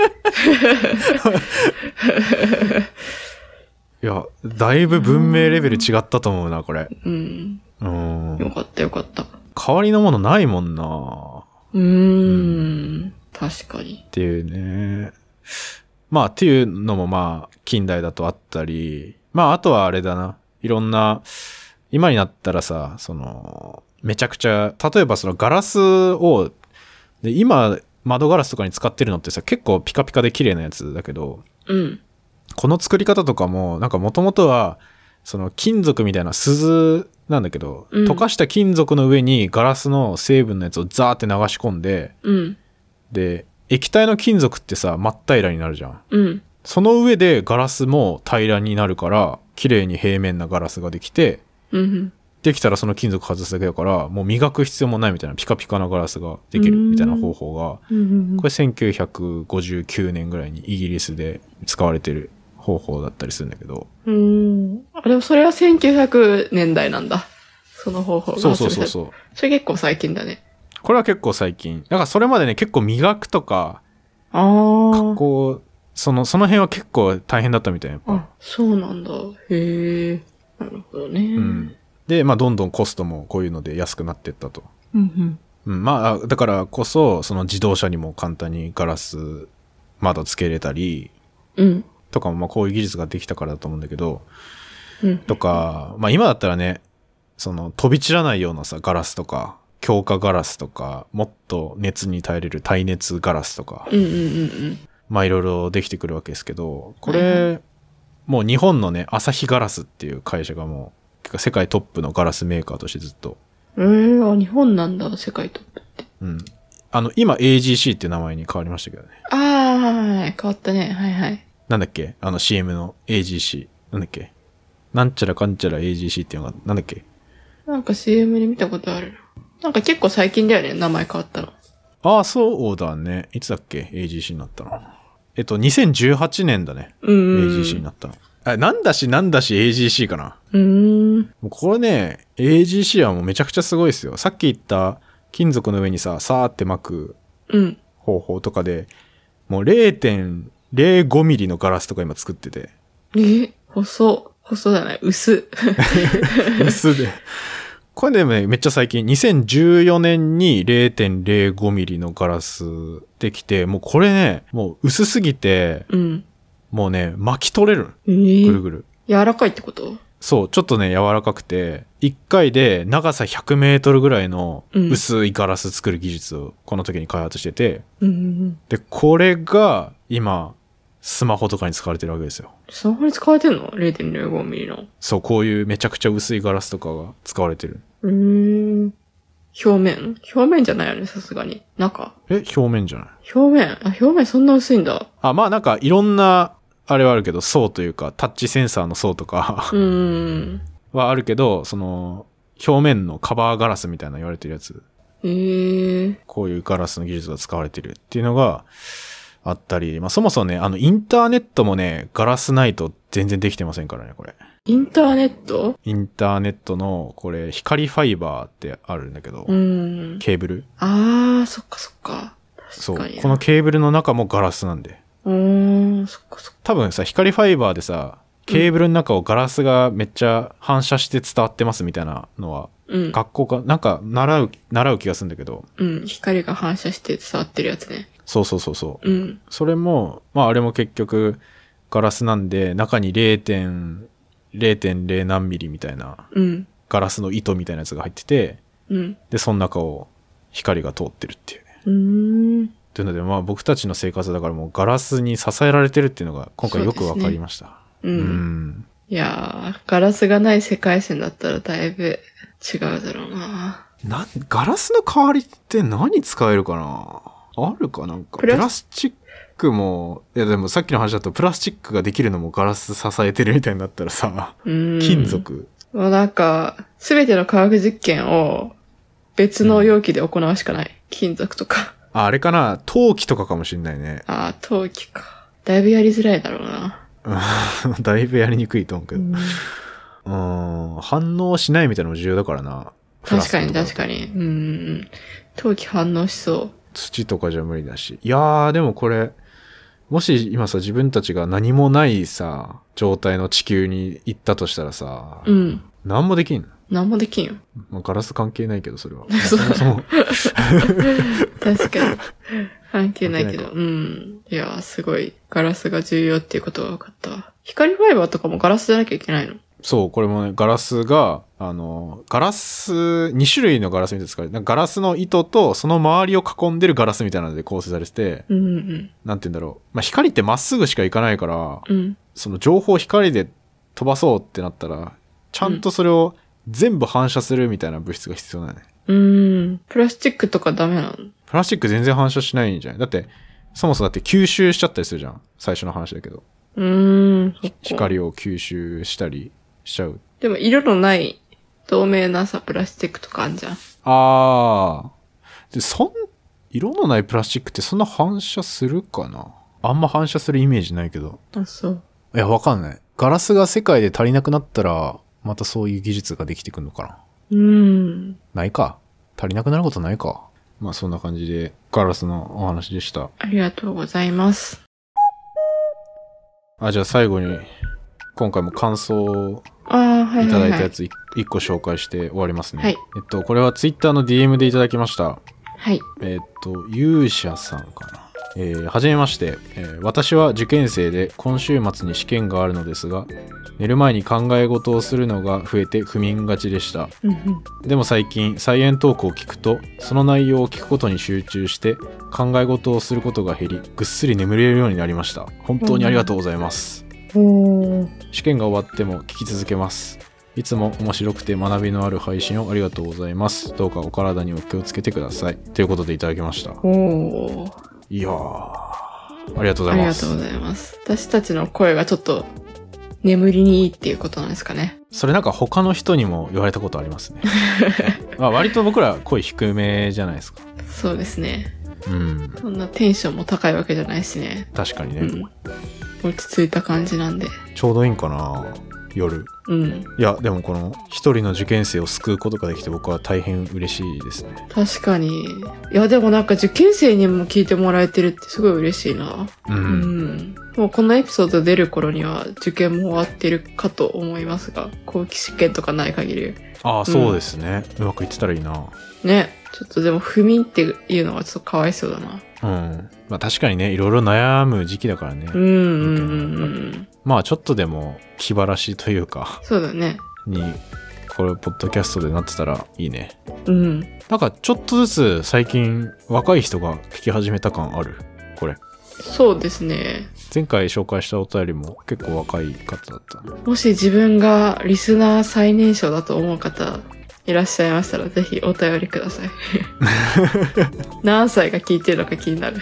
Speaker 2: いや、だいぶ文明レベル違ったと思うな、これ。
Speaker 1: うん。
Speaker 2: うん。
Speaker 1: よかったよかった。
Speaker 2: 代わりのものないもんな
Speaker 1: うーん。確かに。
Speaker 2: っていうね。まあ、っていうのもまあ、近代だとあったり、まあ、あとはあれだな。いろんな、今になったらさ、その、めちゃくちゃ、例えばそのガラスを、で今、窓ガラスとかに使ってるのってさ、結構ピカピカで綺麗なやつだけど、
Speaker 1: うん。
Speaker 2: この作り方とかも、なんかもともとは、その金属みたいな鈴なんだけど、
Speaker 1: うん
Speaker 2: 溶かした金属の上にガラスの成分のやつをザーって流し込んで、
Speaker 1: うん。
Speaker 2: で、液体の金属ってさ、真っ平らになるじゃん。
Speaker 1: うん。
Speaker 2: その上でガラスも平らになるから、綺麗に平面なガラスができて、
Speaker 1: うん。
Speaker 2: できたらその金属外すだけだから、もう磨く必要もないみたいな、ピカピカなガラスができるみたいな方法が、
Speaker 1: うん。
Speaker 2: これ1959年ぐらいにイギリスで使われてる方法だったりするんだけど、
Speaker 1: うん。あ、でもそれは1900年代なんだ。その方法が。
Speaker 2: そうそうそう
Speaker 1: う。
Speaker 2: そう。
Speaker 1: それ結構最近だね。
Speaker 2: これは結構最近。だからそれまでね、結構磨くとか、
Speaker 1: あ
Speaker 2: 加
Speaker 1: ー
Speaker 2: 工、その、その辺は結構大変だったみたいな。やっぱ
Speaker 1: あ、そうなんだ。へえ。なるほどね。う
Speaker 2: うん。で、まあ、どんどんコストもこういうので安くなってったと。
Speaker 1: うん。
Speaker 2: うん、まあ、だからこそ、その自動車にも簡単にガラス窓つけれたり、
Speaker 1: うん。
Speaker 2: とかも、まあ、こういう技術ができたからだと思うんだけど、
Speaker 1: うん。
Speaker 2: とか、まあ、今だったらね、その、飛び散らないようなさ、ガラスとか、強化ガラスとか、もっと熱に耐えれる耐熱ガラスとか、
Speaker 1: うんうんうん
Speaker 2: まあいろいろできてくるわけですけど、こ
Speaker 1: はい
Speaker 2: れ、もう日本のね、朝日ガラスっていう会社がもう、てか世界トップのガラスメーカーとしてずっと、
Speaker 1: うん。ええ、あ、日本なんだ、世界トップって。
Speaker 2: うん。あの、今 AGC っていう名前に変わりましたけどね。
Speaker 1: ああ、はいはい、変わったね。はいはい。
Speaker 2: なんだっけあの CM の AGC。なんだっけなんちゃらかんちゃら AGC っていうのが、なんだっけ
Speaker 1: なんか CM で見たことあるな。なんか結構最近だよね、名前変わったの。
Speaker 2: ああ、そうだね。いつだっけ ?AGC になったの。えっと、2018年だね。
Speaker 1: うんうんうん。
Speaker 2: AGC になったの。あ、なんだしなんだし AGC かな。
Speaker 1: うーん。
Speaker 2: もうこれね、AGC はもうめちゃくちゃすごいですよ。さっき言った金属の上にさ、さーって巻く
Speaker 1: うん。
Speaker 2: 方法とかで、もう0.05ミリのガラスとか今作ってて、
Speaker 1: え、細。細じゃない、薄。
Speaker 2: 薄で。これでもね、めっちゃ最近、2014年に0.05ミリのガラスできて、もうこれね、もう薄すぎて、
Speaker 1: うん。
Speaker 2: もうね、巻き取れる。
Speaker 1: え
Speaker 2: ぐる
Speaker 1: ー、
Speaker 2: ぐる。
Speaker 1: 柔らかいってこと
Speaker 2: そう、ちょっとね、柔らかくて、1回で長さ100メートルぐらいの
Speaker 1: うん
Speaker 2: 薄いガラス作る技術をこの時に開発してて、
Speaker 1: うんうんうん。
Speaker 2: で、これが今、スマホとかに使われてるわけですよ。
Speaker 1: スマホに使われてんの ?0.05 ミリの。
Speaker 2: そう、こういうめちゃくちゃ薄いガラスとかが使われてる。
Speaker 1: うーん。表面表面じゃないよね、さすがに。中
Speaker 2: え、表面じゃない
Speaker 1: 表面あ、表面そんな薄いんだ。
Speaker 2: あ、まあなんかいろんな、あれはあるけど、層というか、タッチセンサーの層とか
Speaker 1: うーん。
Speaker 2: はあるけど、その、表面のカバーガラスみたいな言われてるやつ。
Speaker 1: ええ
Speaker 2: こういうガラスの技術が使われてるっていうのがあったり、まあそもそもね、あのインターネットもね、ガラスないと全然できてませんからね、これ。
Speaker 1: インターネット
Speaker 2: インターネットの、これ、光ファイバーってあるんだけど、
Speaker 1: うん。
Speaker 2: ケーブル。
Speaker 1: あー、そっかそっか。
Speaker 2: そう。
Speaker 1: 確かに
Speaker 2: このケーブルの中もガラスなんで。
Speaker 1: うーん、そっかそっか。
Speaker 2: 多分さ、光ファイバーでさ、ケーブルの中をガラスがめっちゃ反射して伝わってますみたいなのは、
Speaker 1: うん。
Speaker 2: 学校か、なんか習う、習う気がするんだけど、
Speaker 1: うん。光が反射して伝わってるやつね。
Speaker 2: そうそうそうそう。
Speaker 1: うん。
Speaker 2: それも、まああれも結局ガラスなんで、中に0.0.0 0.0何ミリみたいな
Speaker 1: うん。
Speaker 2: ガラスの糸みたいなやつが入ってて、
Speaker 1: うん。
Speaker 2: で、その中を光が通ってるっていうね。
Speaker 1: うーん。
Speaker 2: というので、まあ僕たちの生活だからもうガラスに支えられてるっていうのが今回よくわかりました。
Speaker 1: う。
Speaker 2: うんん。
Speaker 1: いやー、ガラスがない世界線だったらだいぶ違うだろうな。
Speaker 2: な、ガラスの代わりって何使えるかなあるかなん
Speaker 1: プ
Speaker 2: か。プ
Speaker 1: ラス
Speaker 2: ラスチックも、いやでもさっきの話だとプラスチックができるのもガラス支えてるみたいになったらさ、
Speaker 1: うーん。
Speaker 2: 金属。
Speaker 1: もうなんか、すべての科学実験を別の容器で行うしかない。金属とか。
Speaker 2: ああれかな陶器とかかもしんないね。
Speaker 1: ああ、陶器か。だいぶやりづらいだろうな。
Speaker 2: うんだいぶやりにくいと思うけど。うん、反応しないみたいなのも重要だからな。
Speaker 1: 確かに
Speaker 2: フラス
Speaker 1: 確
Speaker 2: コとだと
Speaker 1: かに。うん。陶器反応しそ
Speaker 2: 土とかじゃ無理だし。いやー、でもこれ、もし今さ、自分たちが何もないさ、状態の地球に行ったとしたらさ、
Speaker 1: う。うん。
Speaker 2: 何もできんの
Speaker 1: なんもできんよ。
Speaker 2: まあ、ガラス関係ないけど、それは。
Speaker 1: そ
Speaker 2: そうもそも。
Speaker 1: 確かに。関係ないけ
Speaker 2: 関係ない
Speaker 1: ど。うん。いやー、すごい。ガラスが重要っていうことが分かったわ。光ファイバーとかもガラスじゃなきゃいけないの
Speaker 2: そう、これもね、ガラスが、あの、ガラス、2種類のガラスみたいな使われて、なんかガラスの糸と、その周りを囲んでるガラスみたいなので構成されてて、
Speaker 1: うんうん。
Speaker 2: なんて言うんだろう。まあ、光ってまっすぐしか行かないから、
Speaker 1: うん。
Speaker 2: その情報を光で飛ばそうってなったら、ちゃんとそれを全部反射するみたいな物質が必要なのね。
Speaker 1: うん。プラスチックとかダメなの
Speaker 2: プラスチック全然反射しないんじゃないだって、そもそもだって吸収しちゃったりするじゃん。最初の話だけど。
Speaker 1: うーん。そっか
Speaker 2: 光を吸収したりしちゃう。
Speaker 1: でも色のない透明なさ、プラスチックとかあんじゃん。
Speaker 2: あー。で、そん、色のないプラスチックってそんな反射するかなあんま反射するイメージないけど。
Speaker 1: あ、そう。
Speaker 2: いや、わかんない。ガラスが世界で足りなくなったら、またそういう技術ができてくるのかな。
Speaker 1: うん。
Speaker 2: ないか。足りなくなることないか。まあそんな感じで、ガラスのお話でした。
Speaker 1: ありがとうございます。
Speaker 2: あ、じゃあ最後に、今回も感想を
Speaker 1: ああ、はいい
Speaker 2: た
Speaker 1: は
Speaker 2: だ
Speaker 1: い
Speaker 2: い
Speaker 1: は
Speaker 2: たや
Speaker 1: い。
Speaker 2: つい一個紹介して終わりますね。
Speaker 1: はい
Speaker 2: えっと、これはツイッターの DM でいただきました。
Speaker 1: はい。
Speaker 2: えっと、勇者さんかな。えーはじめまして、えー私は受験生で今週末に試験があるのですが、寝る前に考え事をするのが増えて不眠がちでした。
Speaker 1: うんうん。
Speaker 2: でも最近、サイエントークを聞くと、その内容を聞くことに集中して、考え事をすることが減り、ぐっすり眠れるようになりました。本当にありがとうございます。
Speaker 1: おー。
Speaker 2: 試験が終わっても聞き続けます。いつも面白くて学びのある配信をありがとうございます。どうかお体にお気をつけてください。ということでいただきました。
Speaker 1: おー。
Speaker 2: いやー、ありがとうご
Speaker 1: あ
Speaker 2: ざい
Speaker 1: り
Speaker 2: ま
Speaker 1: が
Speaker 2: す
Speaker 1: とう。ございます。私たちの声がちょっと眠りにいいっていうことなんですかね。
Speaker 2: それなんか他の人にも言われたことあります ね。まあ割と僕ら声低めじゃないですか。
Speaker 1: そうですね。
Speaker 2: うん、
Speaker 1: そんなテンションも高いわけじゃないしね。
Speaker 2: 確かにね。
Speaker 1: うん。落ち着いた感じなんで。
Speaker 2: ちょうどいいんかな夜。
Speaker 1: うん。
Speaker 2: いや、でもこの一人の受験生を救うことができて僕は大変嬉しいですね。
Speaker 1: 確かに。いや、でもなんか受験生にも聞いてもらえてるってすごい嬉しいな。
Speaker 2: う。
Speaker 1: うんん。もうこのエピソード出る頃には受験も終わってるかと思いますが、後期試験とかない限り。
Speaker 2: ああ、そうですね、うまくいってたらいいな。
Speaker 1: ね。ちょっとでも不眠っていうのがちょっとかわいそうだな。
Speaker 2: うん。まあ確かにね、いろいろ悩む時期だからね。
Speaker 1: うんうんうんうん。
Speaker 2: まあちょっとでも気晴らしというか、
Speaker 1: そうだね。
Speaker 2: に、これ、ポッドキャストでなってたらいいね。
Speaker 1: うん。
Speaker 2: なんかちょっとずつ最近若い人が聞き始めた感ある。これ。
Speaker 1: そうですね。
Speaker 2: 前回紹介したお便りも結構若い方だったね。
Speaker 1: もし自分がリスナー最年少だと思う方いらっしゃいましたら、ぜひお便りくださ い。何歳が聞いてるのか気になる。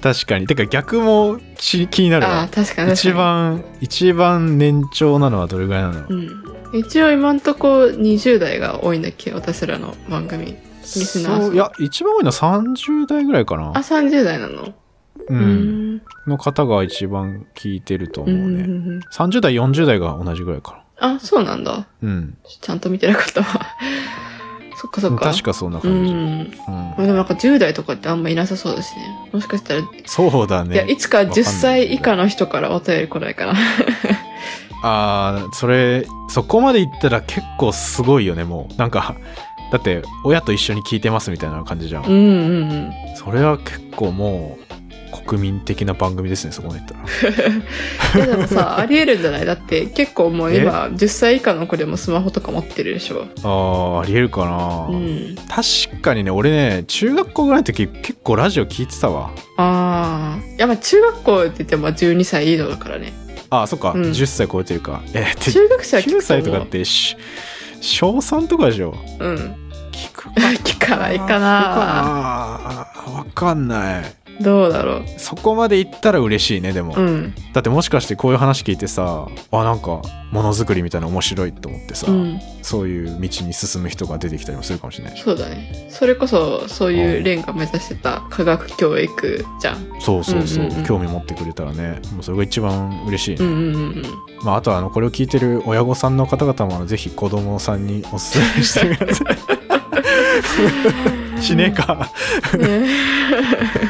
Speaker 2: 確かに。てか逆もし気になるわ
Speaker 1: ああ、確かに確かに。
Speaker 2: 一。番一番年長なのはどれぐらいなの、
Speaker 1: うん。一応今んとこ20代が多いんだっけ私らの番組。リスナーさん
Speaker 2: そういや一番多いのは30代ぐらいかな
Speaker 1: あ、30代なの
Speaker 2: う
Speaker 1: うんん。
Speaker 2: の方が一番聞いてると
Speaker 1: う
Speaker 2: 思
Speaker 1: んう
Speaker 2: うんね、
Speaker 1: うんうん
Speaker 2: 30代40代が同じぐらいか
Speaker 1: あ、そうなんだ。
Speaker 2: なうん
Speaker 1: ちゃんと見てなかったわ。そっかそっか。
Speaker 2: 確かそんな
Speaker 1: う
Speaker 2: 感じ、うん
Speaker 1: ん。まあでもなんか10代とかってあんまいなさそうですね。もしかしたら、
Speaker 2: そうだね
Speaker 1: いや、いつか10
Speaker 2: わかんない
Speaker 1: 歳以下の人からお便り来ないかな。
Speaker 2: あーそれそこまでいったら結構すごいよねもうなんかだって親と一緒に聞いてますみたいな感じじゃん、
Speaker 1: うんうんうん。
Speaker 2: それは結構もう国民的な番組ですねそこまでいったら
Speaker 1: いやでもさ、ありえるんじゃないだって結構もう今、10歳以下の子でもスマホとか持ってるでしょ。
Speaker 2: あーありえるかな、
Speaker 1: うん。
Speaker 2: 確かにね俺ね中学校ぐらいの時結構ラジオ聞いてたわ
Speaker 1: ああ。いや、まあ中学校って言っても12歳以上だからね。
Speaker 2: あーそっか、
Speaker 1: うん
Speaker 2: 10歳超えてるかえー、って
Speaker 1: 中学生は聞
Speaker 2: 9
Speaker 1: くと
Speaker 2: 歳
Speaker 1: 思
Speaker 2: と
Speaker 1: う
Speaker 2: かってし小3とかでしょ
Speaker 1: うん。
Speaker 2: 聞くか
Speaker 1: 聞かないかな
Speaker 2: な聞くかなわかんない
Speaker 1: どうだろう。
Speaker 2: そこまでいったら嬉しいねでも、
Speaker 1: うん。
Speaker 2: だってもしかしてこういう話聞いてさあなんかものづくりみたいな面白いと思ってさ、
Speaker 1: うん。
Speaker 2: そういう道に進む人が出てきたりもするかもしれないし
Speaker 1: そうだね。それこそ、そういう蓮が目指してた科学教育じゃん。
Speaker 2: そうそうそう,、
Speaker 1: うんうんうん
Speaker 2: 興味持ってくれたらねもうそれが一番嬉しい、
Speaker 1: う
Speaker 2: ね
Speaker 1: んうんうんうん。
Speaker 2: まあ、あとはあのこれを聞いてる親御さんの方々もあのぜひ子供さんにおすすめしてくださ いしねえか
Speaker 1: ね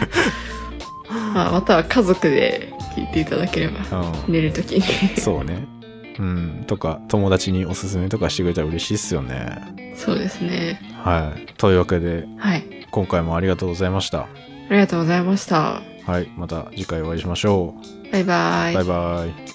Speaker 1: まあ、または家族で聞いていただければ。
Speaker 2: う
Speaker 1: 寝るときに。
Speaker 2: んそうねうんとか友達におすすめとかしてくれたら嬉しいっすよね
Speaker 1: そうですね。
Speaker 2: はいというわけで
Speaker 1: はい。
Speaker 2: 今回もありがとうございました
Speaker 1: ありがとうございました。
Speaker 2: はいまた次回お会いしましょう
Speaker 1: バイバイ
Speaker 2: バイ。バイ